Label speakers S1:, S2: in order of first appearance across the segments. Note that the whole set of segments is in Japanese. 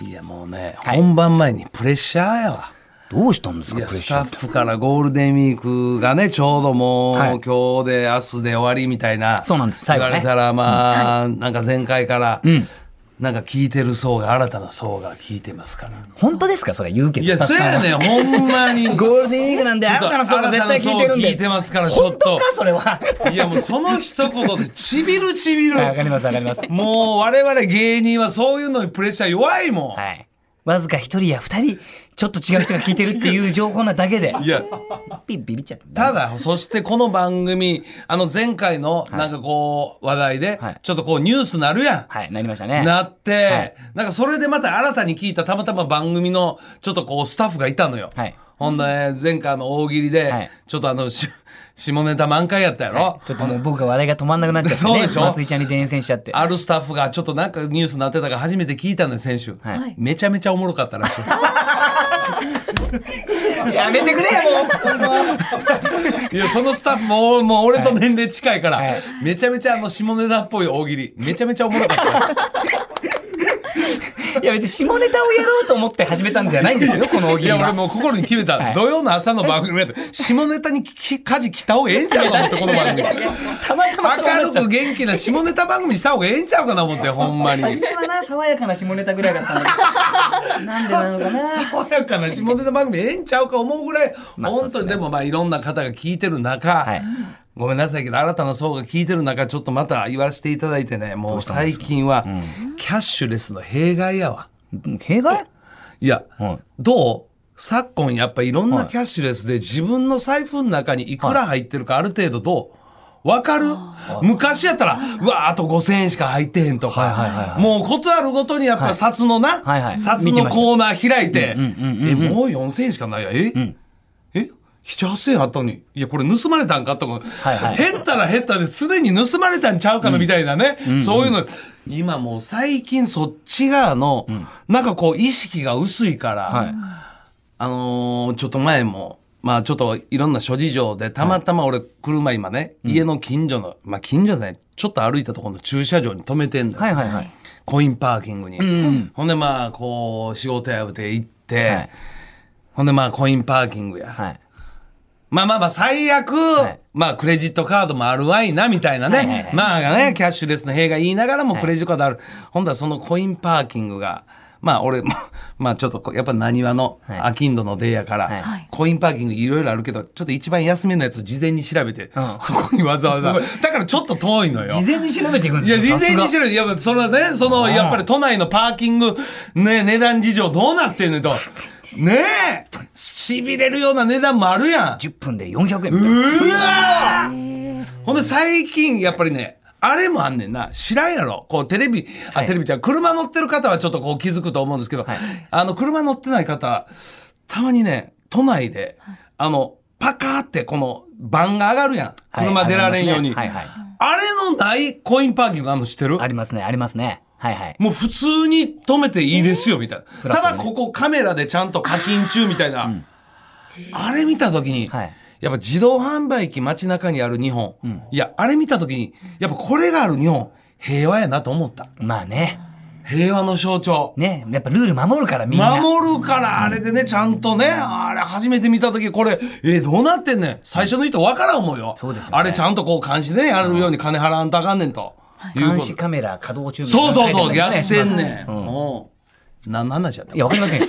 S1: いやもうね、
S2: はい
S1: 本番前にプレッシャーやわ。
S2: どうしたんです
S1: い
S2: か
S1: や
S2: プレッ
S1: ス
S2: シャー
S1: タ
S2: って
S1: ッフからゴールデンウィークがねちょうどもう、
S2: はい
S1: 今日で明日で終わりみたいな
S2: そうなんです最後
S1: 言
S2: ね
S1: われたらまあ、なんか前回から、
S2: ん
S1: なんか聞いてる層が新たな層が聞いてますから
S2: 本当ですかそれ言うけど
S1: いやそやねん ほんまに
S2: ゴールデンウィークなんで
S1: ちょっ
S2: 新
S1: と
S2: たな層が絶対聞いてるん
S1: 新たな層聞い
S2: で
S1: てますからちょっ
S2: 本
S1: と
S2: 当かそ れははい
S1: やもうその一言でちびるちびる
S2: いわかりますわかります
S1: もう我々芸人はそういうのにプレッシャー弱いもん、
S2: はいわずか一人や二人ちょっと違う人が聞いてるっていう情報なだけで
S1: いや
S2: ビビビっちゃった
S1: ただ、そしてこの番組、あの前回のなんかこう話題で
S2: はい、
S1: ちょっとこうニュースなるや
S2: はいなりました
S1: ん。
S2: ね
S1: なって、
S2: はい
S1: なんかそれでまた新たに聞いたたまたま番組のちょっとこうスタッフがいたのよ。
S2: はい
S1: ほんで、前回の大喜利で、
S2: はい
S1: ちょっとあの、し下ネタ満開やったやろ、
S2: ちょっともう僕が笑いが止まんなくなっちゃって、ね、
S1: そうでしょ
S2: 松井ちゃんに伝染しちゃって
S1: あるスタッフがちょっとなんかニュースになってたから初めて聞いたのよ、先週。
S2: はい
S1: めちゃめちゃおもろかったらしい。
S2: やめてくれよもう
S1: いや、そのスタッフも、もう俺と年齢近いから、
S2: はい
S1: めちゃめちゃあの、下ネタっぽい大喜利、めちゃめちゃおもろかった。
S2: いや別に下ネタをやろうと思って始めたんじゃないんですよこの大喜
S1: い
S2: 利
S1: や、俺
S2: は
S1: もう心に決めた。
S2: はい
S1: 土曜の朝の番組やと、下ネタにき舵切った方がええんちゃうかなって、この番 組。
S2: たまたまそうな
S1: 明
S2: っちゃ
S1: る
S2: っ
S1: く元気な下ネタ番組にした方がええんちゃうかな思って、ほんまに。
S2: た今は な爽やかな下ネタぐらいだったんだけどなんでなの かな
S1: 爽やかな下ネタ番組ええんちゃうか思うぐらい、
S2: まあ
S1: 本当
S2: そう
S1: に
S2: で
S1: で
S2: すね
S1: もまあいろんな方が聞いてる中、
S2: はい
S1: ごめんなさいけど新たな層が聞いてる中ちょっとまた言わせていただいてねもう
S2: したんで
S1: 最
S2: すか
S1: 近はキャッシュレスの弊害やわ
S2: 弊害
S1: いや、
S2: はい
S1: どう昨今やっぱいろん
S2: は
S1: ないキャッシュレスで自分の財布の中にいくら入ってるかある程度どうわかる昔やったら、うわ、あと5000円しか入ってへんと
S2: はいはいはい
S1: か、
S2: はい
S1: もうことあるごとにやっぱ札のな、
S2: はいはい
S1: 札
S2: 見て
S1: の
S2: ました
S1: コーナー開いて、え、
S2: うんうんうんうん
S1: もう4000円しかないや、え、え ?7、8000円あったのに、いや、これ盗まれたんかとか、
S2: いはい
S1: 減ったら減ったで、すでに盗まれたんちゃうかなみたいなね、そういうの、今もう最近そっち側の、なんかこう意識が薄いから、
S2: はい
S1: あのーちょっと前も、まあちょっといろんな諸事情で、たまたま俺車今ね、家の近所の、まあ近所じゃない、ちょっと歩いたところの駐車場に止めてんだよ。
S2: はいはいはい
S1: コインパーキングに。
S2: ん
S1: ほんでまあこう仕事やで行って、
S2: はい
S1: ほんでまあコインパーキングや。
S2: はい
S1: まあまあまあ最悪、
S2: い
S1: まあクレジットカードもあるわいなみたいなね。
S2: はいはいはい
S1: まあね、キャッシュレスの弊害言いながらもクレジットカードある。ほんだらそのコインパーキングが、まあ俺も、 まあちょっとこやっぱ何わの
S2: はい
S1: アキンドのデーやから、
S2: はい
S1: コインパーキングいろいろあるけど、ちょっと一番安めのやつ事前に調べて、
S2: うん
S1: そこにわざわざ。だからちょっと遠いのよ。
S2: 事前に調べていくん
S1: い
S2: で
S1: や、
S2: す
S1: 事
S2: よ
S1: 前にしろよ。いや、そのね、その、
S2: あー
S1: やっぱり都内のパーキング、ね、値段事情どうなってんねんと。ね え痺れるような値段もあるやん。
S2: 10分で400円みたいな
S1: うわーほんで最近やっぱりねあれもあんねんな知らんやろこうテレビあ、
S2: はい
S1: テレビじゃん車乗ってる方はちょっとこう気づくと思うんですけど、
S2: はい
S1: あの車乗ってない方たまにね都内であのパカーってこの番が上がるやん
S2: はい
S1: 車出られんように、
S2: はいはい
S1: あれのないコインパーキングあんの知ってる
S2: ありますねありますねはいはい
S1: もう普通に止めていいですよみたい
S2: フ
S1: な。
S2: ラット
S1: た
S2: ね
S1: だここカメラでちゃんと課金中みたいな。あれ見た時に、
S2: はい
S1: やっぱ自動販売機街中にある日本。いや、あれ見た時に、やっぱこれがある日本、平和やなと思った。
S2: まあね
S1: 平和の象徴。
S2: ねやっぱルール守るからみんな
S1: 守るからあれでね、ちゃんとね、あれ初めて見た時これ、えーどうなってんねん。最初の人分からん思うよ。
S2: そうですよね
S1: あれちゃんとこう監視でね、やるように金払わんとあかんねんと。いうこと
S2: 監視カメラ稼働中
S1: そうそう
S2: みた
S1: そう、
S2: いな
S1: や
S2: のね
S1: ってんねん。
S2: うん
S1: もう何の話やった
S2: いやわかりませんよ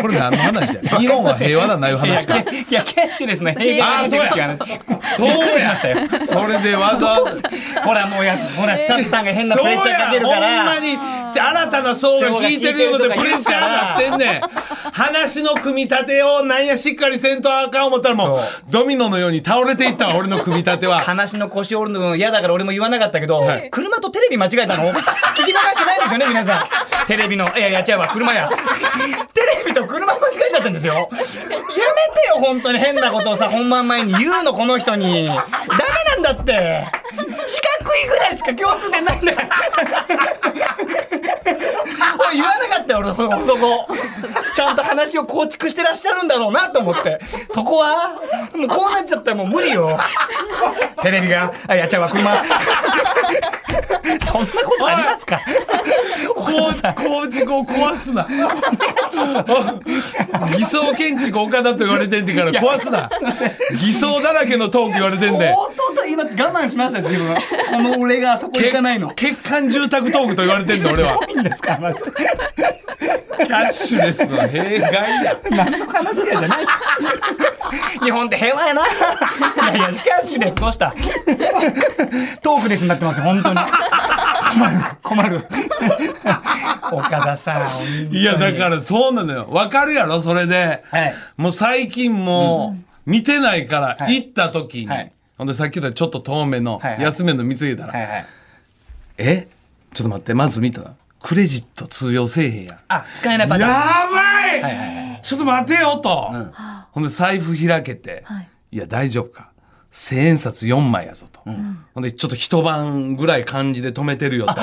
S1: これ何の話や日本は平和だない
S2: いや
S1: 話
S2: キャ
S1: か。
S2: いやキャッシュレスの弊害が出てるっていう話
S1: そう
S2: びっくりしましたよ
S1: それでわざわざ。
S2: ほらもうやつほらスタッフさんが変なプレッシャーかけるか
S1: ほんま
S2: ら
S1: に、じゃあ新たな層が聞いてるようでプレッシャーなってんねん。話の組み立てをなんやしっかりせんとあかん思ったらもう
S2: そう、
S1: ドミノのように倒れていったわ、俺の組み立ては。
S2: 話の腰折るの嫌だから俺も言わなかったけど、車とテレビ間違えたの聞き流してないんですよね皆さんテレビのいやいや違うわ車やテレビと車間違えちゃったんですよやめてよ本当に変なことをさ本番前に言うのこの人にダメなんだって四角いぐらいしか共通点ないんだからおい言わなかったよ俺そこそこちゃんと話を構築してらっしゃるんだろうなと思ってそこはもうこうなっちゃったらもう無理よテレビが、あ、やっちゃうわ、車。 そんなことありますか
S1: こう構築を壊すな偽装建築岡田と言われてんてから壊すな偽装だらけのトーク言われてんで
S2: 相当と今我慢しました自分この俺があそこ行かないの
S1: 欠陥住宅トークと言われてんだ俺は
S2: 多いんですかマジで
S1: キャッシュレスの弊害や
S2: 何の話やじゃない日本って平和やないやいやキャッシュで少したトークレスになってますよ本当に困る困る岡田さん
S1: いやだからそうなのよわかるやろそれで、
S2: はい
S1: もう最近もう見てないから、
S2: はい
S1: 行った時に、
S2: はい
S1: ほんでさっき言ったちょっと遠めの、
S2: はいはい
S1: 安めの見つけたら、
S2: はいはい
S1: えちょっと待ってまず見たらクレジット通用せえへんやん
S2: あ使えないパタ
S1: や
S2: ーン
S1: ばい,、
S2: はいはいは
S1: ちょっと待てよと、ほんで財布開けて、
S3: はい
S1: い、や大丈夫か千円札4枚やぞと、ほんでちょっと一晩ぐらい感じで止めてるよと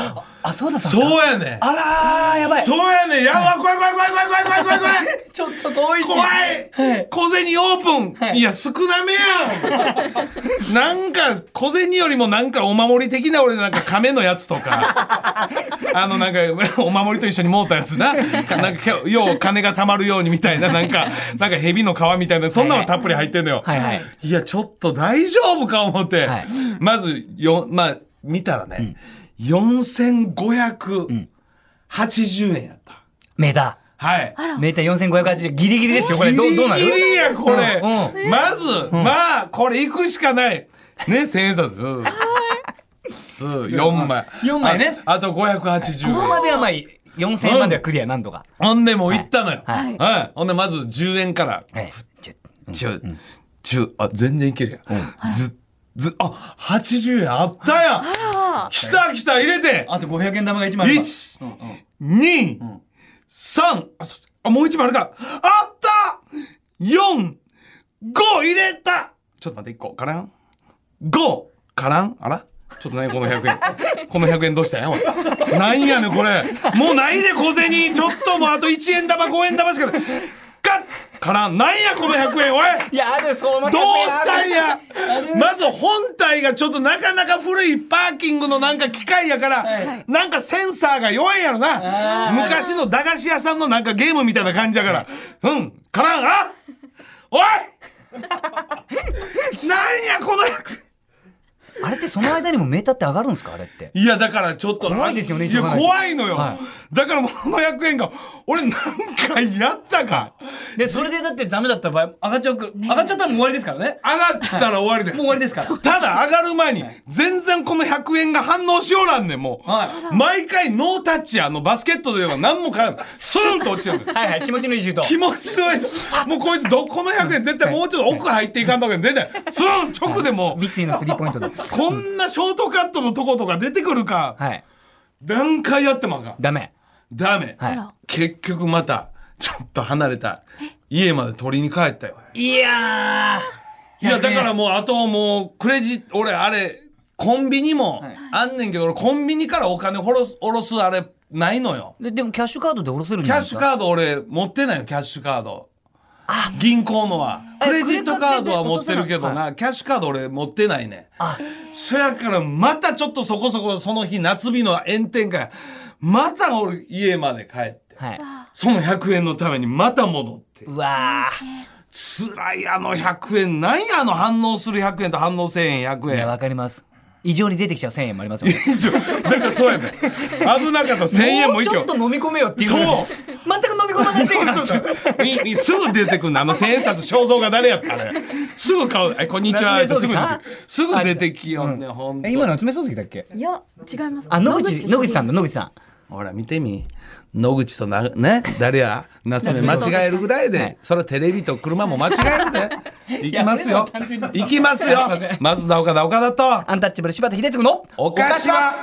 S2: あそうだったんですか
S1: そうやねん
S2: あらーやばい
S1: そうやねんやばい怖い怖い怖い怖い怖い怖い怖い怖い
S2: ちょっと遠いし
S1: 怖
S2: はい
S1: い小銭オープン、
S2: はい
S1: い、や少なめやん なんか小銭よりもなんかお守り的な俺なんか亀のやつとか あのなんか お守りと一緒にもうたやつななんかよう金が貯まるようにみたいななんかなんか蛇の皮みたいなそんなのたっぷり入ってんのよ、
S2: はいはい
S1: いやちょっと大丈夫か思って、
S2: はい
S1: まずよまあ見たらね、4580円やった
S2: メータ
S1: はい
S3: あら
S2: ーメーター4580ギリギリですよこれどうどうなる
S1: ギリギリやこれ、
S2: うん
S1: まず、まあこれ行くしかないね千円札うんそう4枚
S2: 四枚ね
S1: ああと580円、
S2: ここまではまあ4000円まではクリア何度か
S1: ほんでもう行ったのよ
S2: はい
S1: はいほんでまず10円から
S2: えちょ
S1: 10、10あ全然いけるやん、ずずあ80円あったやん
S3: あ
S1: 来た来た入れて
S2: あと500円玉が1枚あれば
S1: 1、2、3、あ、そうあ、もう一枚あるから。あった !4、5入れたちょっと待って、1個。からん ?5、からんあらちょっと何この100円。 この100円どうしたんやおい。なんやねんこれ。もうないで小銭。ちょっともうあと1円玉、5円玉しかない。かからん。なんやこの100円、おい
S2: いやあるその100
S1: どう
S2: 円ある
S1: したん やまず本体がちょっとなかなか古いパーキングのなんか機械やから、
S2: はい
S1: なんかセンサーが弱いんやろな
S2: あー
S1: 昔の駄菓子屋さんのなんかゲームみたいな感じやから、うんからんあ おいなんやこの役
S2: あれってその間にもメーターって上がるんですかあれって。
S1: いやだからちょっと
S2: 怖いですよね
S1: いや
S2: 急がないと
S1: 怖いのよ、
S2: は
S1: だからもうこの100円が俺何回やったか
S2: で、それでだってダメだった場合、上がっちゃうく、上がっちゃったらもう終わりですからね。
S1: 上がったら終わりで、
S2: もう終わりですから。
S1: ただ上がる前に、全然この100円が反応しようらんねん、もう。
S2: は
S1: 毎回ノータッチや、あのバスケットでは何もかん、スンと落ちてるの よ。
S2: はいはい、気持ちのいいシュート。
S1: 気持ちのいいですもうこいつど、この100円絶対もうちょっと奥入っていかんとか全然、スン直でもう、
S2: ビッティのスリーポイントで。
S1: こんなショートカットのとことか出てくるか、
S2: はい。
S1: 何回やってもあかん。
S2: ダメ。
S1: ダメ。
S3: らあ
S2: は
S3: ら
S1: 結局また、ちょっと離れた、家まで取りに帰ったよ。
S2: い。いや
S1: いや、だからもう、あともう、クレジット、俺、あれ、コンビニも
S2: はい、
S1: あんねんけど、俺、コンビニからお金ほろす、おろす、あれ、ないのよ。
S2: ー。で、でもキャッシュカードで下ろせるん
S1: キャッシュ
S2: ー
S1: カード、俺、持ってないよ、キャッシュカード。銀行のは。
S2: え
S1: クレジットカードは持ってるけ
S2: クレカ
S1: ど
S2: で落とせな
S1: な、キャッシュカード俺持ってないね。
S2: あ
S1: そやから、またちょっとそこそこ、その日、夏日の炎天下、また俺、家まで帰って、
S2: ド。はい。
S1: その100円のためにまた戻って。
S2: うわ
S1: つらい、あの100円。なんや、あの反応する100円と反応せえへん100
S2: ー。
S1: 円。
S2: いや、わかります。異常に出てきちゃう1000円もあり ますよね。
S1: ちょだからそうやねん危なかった1000円も
S2: う
S1: い
S2: ち
S1: け
S2: ょ
S1: よ
S2: っと飲み込めよっていう。
S1: そう
S2: 全く飲み込まないっていうなっちゃう。
S1: みみすぐ出てくんのあの千円札肖像が誰やったあれすぐ顔えこんにちは
S2: 夏目漱石さん
S1: すぐ出てくるすぐ出てきよんねほんと
S2: え、今の夏目漱石だっけ
S3: らいや違います
S2: あ、野口、野口さんだ、野口さん。
S1: ほら見てみ野口となね誰や夏目間
S3: 夏目
S1: 違えるぐらいでそれテレビと車も間違えるで行きますよ
S2: いやそれは単純に
S1: 行きます
S2: すい
S1: よ
S2: ません
S1: まず田岡田岡田と
S2: アンタッチャブル柴田秀嗣の
S1: お菓子は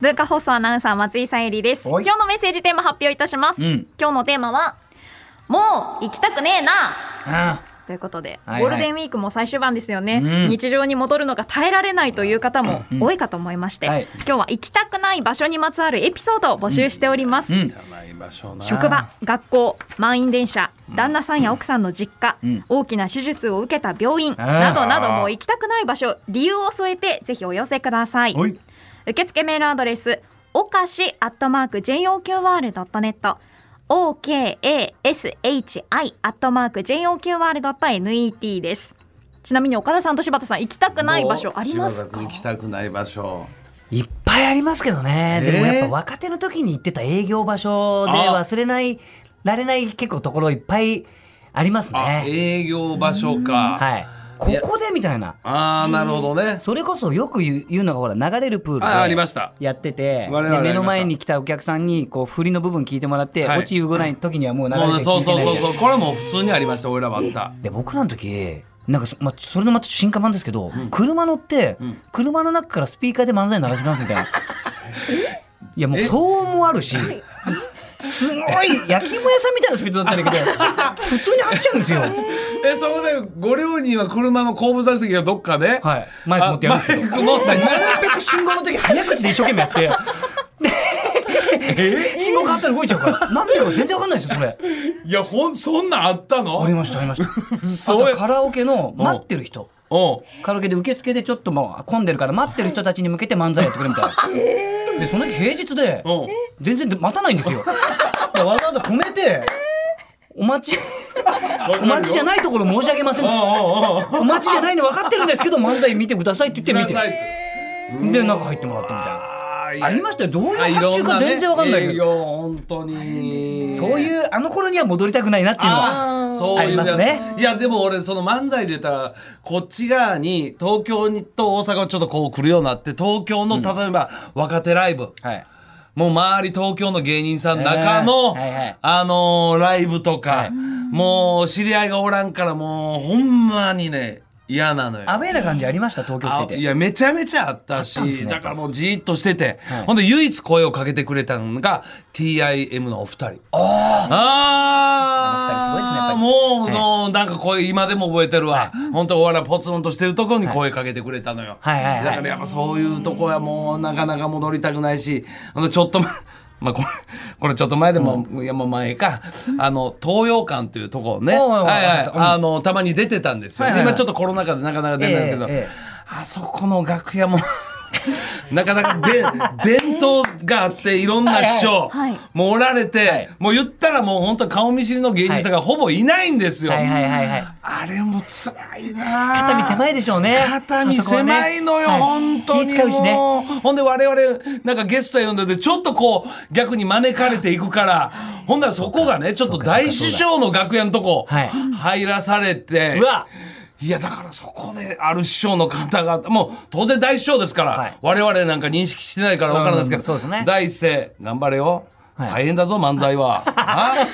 S3: 文化放送アナウンサー松井さゆりです
S2: は
S3: 今
S2: い
S3: 日のメッセージテーマ発表いたします、
S2: うん
S3: 今日のテーマはもう行きたくねえな
S2: ああ
S3: ということで、
S2: はいはい
S3: ゴールデンウィークも最終盤ですよね、
S2: うん
S3: 日常に戻るのが耐えられないという方も
S2: うん
S3: 多いかと思いまして、
S2: はい
S3: 今日は行きたくない場所にまつわるエピソードを募集しております、
S2: うん
S1: ない場所な
S3: 職場学校満員電車旦那さんや奥さんの実家、
S2: うん
S3: 大きな手術を受けた病院
S2: あー
S3: などなどもう行きたくない場所理由を添えてぜひお寄せください
S1: はい
S3: 受付メールアドレスおかしアットマーク JOQR.net OKASHI アットマーク JOQR.net ですちなみに岡田さんと柴田さん行きたくない場所あります
S1: 柴田
S3: か
S1: 君行きたくない場所
S2: いっぱいありますけどね、でも
S1: えー
S2: やっぱ若手の時に行ってた営業場所で
S1: あ
S2: 忘れないられない結構ところいっぱいあります
S1: あ
S2: ね
S1: 営業場所か、
S2: はいここでみたいな
S1: ああなるほどね、
S2: それこそよく言う言うのがほら流れるプールで
S1: ああありました
S2: やってて
S1: 我々あ
S2: で
S1: りました
S2: 目の前に来たお客さんにこう振りの部分聞いてもらって、
S1: はい
S2: 落ち言うぐらいの時にはもう流れて
S1: もうそ
S2: 聞
S1: う
S2: いて
S1: そう
S2: ない
S1: そうそうこれはもう普通にありました俺らもあった
S2: で僕らの時なんかそ,、まあ、それのまた進化版ですけど、車乗って、車の中からスピーカーで漫才流しますみたいな。いやもう騒音もあるし。すごい焼き芋屋さんみたいなスピードだったんだけど普通に走っちゃうんですよ
S1: えそこでご両人は車の後部座席がどっかで、
S2: はいマイク持ってやるんですけど
S1: あマイク持って
S2: なるべく信号の時早口で一生懸命やってで信号変わったら動いちゃうからなんでか全然わかんないですよそれ
S1: いやほんそんなんあったの
S2: ありましたありましたあ
S1: そう
S2: とカラオケの待ってる人
S1: おう
S2: カラオケで受付でちょっとまあ混んでるから待ってる人たちに向けて漫才やってくれ みたいな。でその日平日で
S1: おう
S2: 全然待たないんですよ。だからわざわざ止めてお待ちお待ちじゃないところ申し上げませんでし
S1: おうおうおう
S2: た。お待ちじゃないの分かってるんですけど漫才見てくださいって言って見てで中入ってもらったみたいな。
S1: あ
S2: ありましたよどういう発注か全然わかんない
S1: 営
S2: けど。
S1: 業本当に
S2: そう
S1: う
S2: いうあの頃には戻りたくないなっていうのは。
S1: あーそういうやつ
S2: ありますね
S1: いやでも俺その漫才で言ったらこっち側に東京にと大阪をちょっとこう来るようになって東京の例えば若手ライブ、
S2: はい。
S1: もう周り東京の芸人さんの中の、
S2: えーはいはい
S1: あのーライブとか、
S2: はい
S1: もう知り合いがおらんからもうほんまにね嫌なのよ。
S2: アウェーな感じありました東京来て
S1: あ
S2: て。
S1: いやめちゃめちゃあったし
S2: あったんですね
S1: だからもうじーっとしてて、
S2: はい
S1: ほんで唯一声をかけてくれたのが TIM のお二人。あ
S2: あ
S1: ー
S2: の二人すごいですねやっぱり
S1: もう、もうなんか声今でも覚えてるわ、本当お笑いポツンとしてるところに声かけてくれたのよ、
S2: はいはいはい
S1: だからやっぱそういうとこはもうなかなか戻りたくないしあのちょっと前 まあこれこれちょっと前でも、いやもう前かあの東洋館というところね、
S2: おうおうおう
S1: はいはい
S2: うん
S1: あのたまに出てたんですよ、
S2: はいはいはい
S1: 今ちょっとコロナ禍でなかなか出ないですけど、
S2: ええええ
S1: あそこの楽屋も なかなかで伝統があっていろんな師匠
S3: はいはい
S1: もうおられて、
S2: はい
S1: もう言ったらもう本当顔見知りの芸人さんがほぼいないんですよ、
S2: はいはいはいはい。
S1: あれも辛いな
S2: 肩身狭いでしょうね
S1: 肩身狭いのよ、
S2: あそこはね
S1: 本当に
S2: はい気使うしね
S1: もうほんで我々なんかゲスト呼んでてちょっとこう逆に招かれていくからほんならそこがねちょっと大師匠の楽屋のとこ
S2: はい
S1: 入らされて、
S2: うわ
S1: いやだからそこである師匠の方々もう当然大師匠ですから、
S2: はい
S1: 我々なんか認識してないから分からないですけど、
S2: うんそうですね
S1: 第一声頑張れよ、
S2: はい
S1: 大変だぞ漫才 は。あ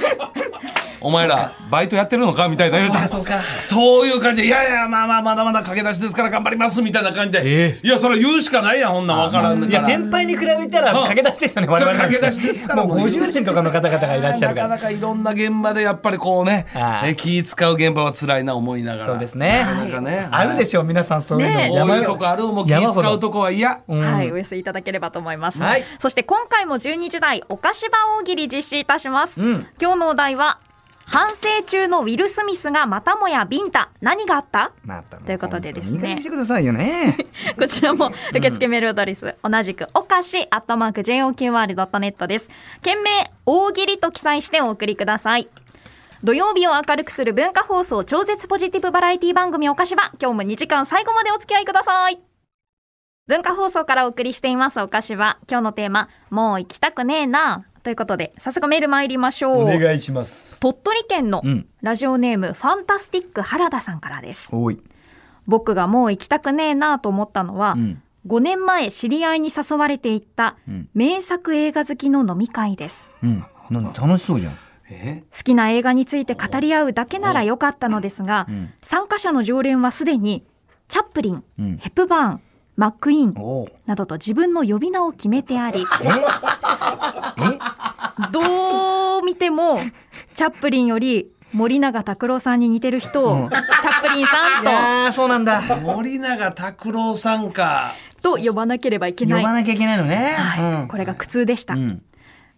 S1: お前らバイトやってるのかみたいな言うた
S2: そうか
S1: そういう感じで「いやいやまあまあまだまだ駆け出しですから頑張ります」みたいな感じで「
S2: え
S1: いやそれ言うしかないやんほんなん分からん
S2: い
S1: か
S2: や
S1: ら」
S2: 先輩に比べたら
S1: うん
S2: 駆け出しですよね、我々なんて
S1: そう駆け出しですから
S2: もう50人とかの方々がいらっしゃる
S1: なか
S2: か
S1: らなかいろんな現場でやっぱりこうね
S2: あー
S1: え気使う現場は辛いな思いながら
S2: そうですね
S1: なかなかね
S2: あるで
S1: ょ
S2: しょう皆さんそういうの、
S3: ねえ
S1: こういうとこあるもう気使うとこは嫌
S2: うん
S3: はい、お寄せいただければと思います。
S2: はい
S3: そして今回も12時台、お菓子場大喜利実施いたします。
S2: うん
S3: 今日のお題は、反省中のウィル・スミスがまたもやビンタ、何があった
S2: まあ
S3: ということでですね
S2: いい加減にしてくださいよね
S3: こちらも受付メールアドレス、同じくおかしアットマーク JOQR.net です。件名、大喜利と記載してお送りください。土曜日を明るくする文化放送超絶ポジティブバラエティ番組おかしば、今日も2時間最後までお付き合いください。文化放送からお送りしていますおかしば、今日のテーマ、もう行きたくねえな。ということで、早速メール参りましょ
S2: お
S3: う。
S2: 願いします
S3: 鳥取県の
S2: うん
S3: ラジオネーム、ファンタスティック原田さんからです。
S2: おい、
S3: 僕がもう行きたくねえなと思ったのは、
S2: うん
S3: 5年前知り合いに誘われて行った
S2: うん
S3: 名作映画好きの飲み会です
S2: うん、なんで楽しそうじゃん
S1: え
S3: 好きな映画について語り合うだけならよかったのですが、
S2: うん
S3: 参加者の常連はすでにチャップリン、
S2: うん
S3: ヘプバーンマックイーン
S2: おう
S3: などと自分の呼び名を決め てあり
S2: ええ
S3: どう見てもチャップリンより森永卓郎さんに似てる人を、チャップリンさん
S2: いやーそうなんだ。
S1: 森永卓郎さんか。
S3: とと呼ばなければいけ
S2: 呼
S3: ない
S2: ばなきゃいけないのね。
S3: は
S2: う
S3: い、
S2: ん
S3: これが苦痛でした。
S2: うん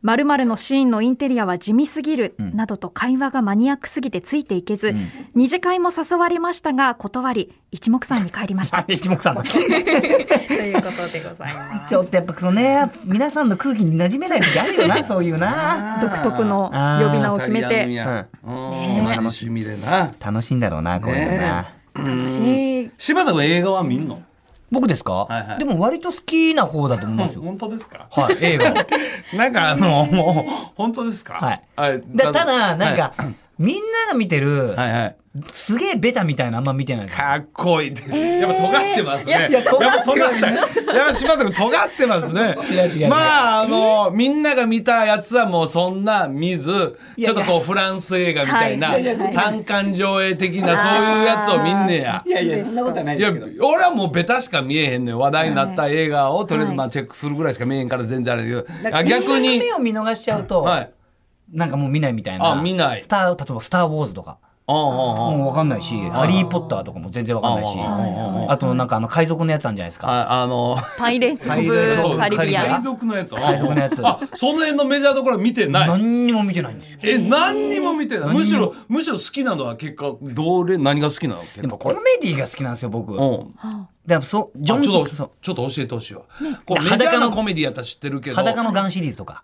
S3: まるまるのシーンのインテリアは地味すぎる
S2: ん
S3: などと会話がマニアックすぎてついていけず、
S2: ん
S3: 二次会も誘われましたが断り一目散に帰りまし
S2: あ。
S3: た
S2: 一目散だ。
S3: ということでございま
S2: ちょっとやっぱそのね、皆さんの空気に馴染めない時ある よな、そういうな。
S3: 独特の呼び名を決めて
S1: うん。同じ趣味でな。
S2: 楽しいんだろうな、こういうのな。
S3: 楽しい。
S1: 柴田君映画は見んの
S2: 僕ですか、
S1: はいはい
S2: でも割と好きな方だと思いますよ。
S1: 本当ですか
S2: はい、映画を。
S1: なんかあの、もう、本当ですか
S2: はい
S1: あ
S2: だただ、なんか、
S1: は
S2: みんなが見てる、
S1: いはいはい。
S2: すげえベタみたいなのあんま見てないです。
S1: かっこいいって。やっぱ尖ってますね。
S3: いやい
S1: やっ
S3: や
S1: ぱ
S2: 尖って
S1: 尖った。やっぱ柴田君尖ってますね。
S2: 違う違う違う
S1: まあ、あの、みんなが見たやつはもうそんな見ず、
S2: い
S1: ち
S2: や
S1: ょっ
S2: い
S1: と
S2: や
S1: こうフランス映画みたいな
S3: はいいやいやいや、
S1: 単館上映的なそういうやつを見んねや。
S2: やいや、そんなことはない
S1: いや俺はもうベタしか見えへんねん話題になった映画をとりあえずま
S3: は
S1: あチェックするぐらいしか見えへんから全然あれだけどあ
S2: 逆
S1: 逆に
S2: に。みんなの目を見逃しちゃうと、
S1: はい
S2: なんかもう見ないみたいな。
S1: あ見ない
S2: スター、例えばスター・ウォーズとか。
S1: ああ
S2: もう
S1: あ
S2: わかんないし、ハリー・ポッターとかも全然わかんないし、
S1: ああああ
S2: あとなんかあの海賊のやつあるんじゃないですか。
S1: あああの
S3: パイレーツ・オ
S2: そ
S3: ブ・
S2: う
S3: カリビア
S1: 海
S3: ン。
S1: 賊のやつ
S2: 海賊のやつ
S1: あその辺のメジャーどころは見てない
S2: 何にも見てないんですよ。
S1: え何にも見てない
S2: 何にも
S1: むしろむしろ好きなのは結果どれ何が好きなの結
S2: で
S1: 構
S2: も
S1: こ
S2: コ
S1: れ
S2: メディが好きなんですよ、僕。だか
S1: うん
S2: らそう、ジョン
S1: あちょっ
S2: そう
S1: とちょっと教えてほしいわこれメジャ
S2: 裸
S1: ー
S2: の
S1: なコメディやったら知ってるけど
S2: 裸のガンシリーズとか。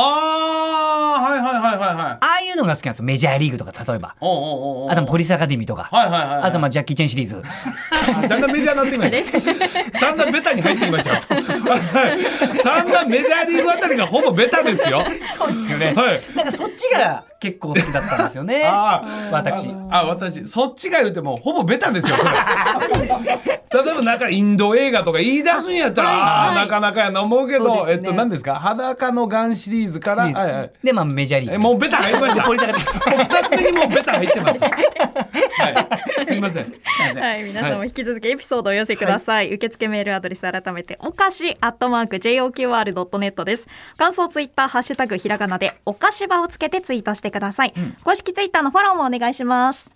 S1: ああはいはいはいはいはい
S2: ああいうのが好きなんですよ。メジャーリーグとか、例えば。
S1: おうおうおうおう
S2: あとポリスアカデミーとか。
S1: はいはいはい
S2: あとまあジャッキー・チェンシリーズ。
S1: だんだんメジャーになってきました。だんだんベタに入ってきましたよ。 はいだんだんメジャーリーグあたりがほぼベタですよ。
S2: そうですよね。
S1: はい。
S2: なんかそっちが結構好きだったんですよね
S1: あー
S2: 私。
S1: あ、私、そっちが言うても、ほぼベタですよ。それ 例えば、なんかインド映画とか言い出すんやったら、ああー、なかなかやな思うけど、
S2: そうで
S1: え
S2: す
S1: っ
S2: ね
S1: と、何ですか、裸のガンシリーズから。はいはい
S2: でまあメジャーリーグ。
S1: え、もうベタ入りま した。も
S2: ポ
S1: う
S2: リスアカデミー。
S1: 二つ目にもうベタ入ってます。はい、すいません。
S3: はい、皆さんも引き続きエピソードをお寄せください。受付メールアドレス改めて、おかし、アットマーク、JOQR.net です。感想ツイッター、ハッシュタグ、ひらがなで、おかしばをつけてツイートしてください。公式ツイッターのフォローもお願いします。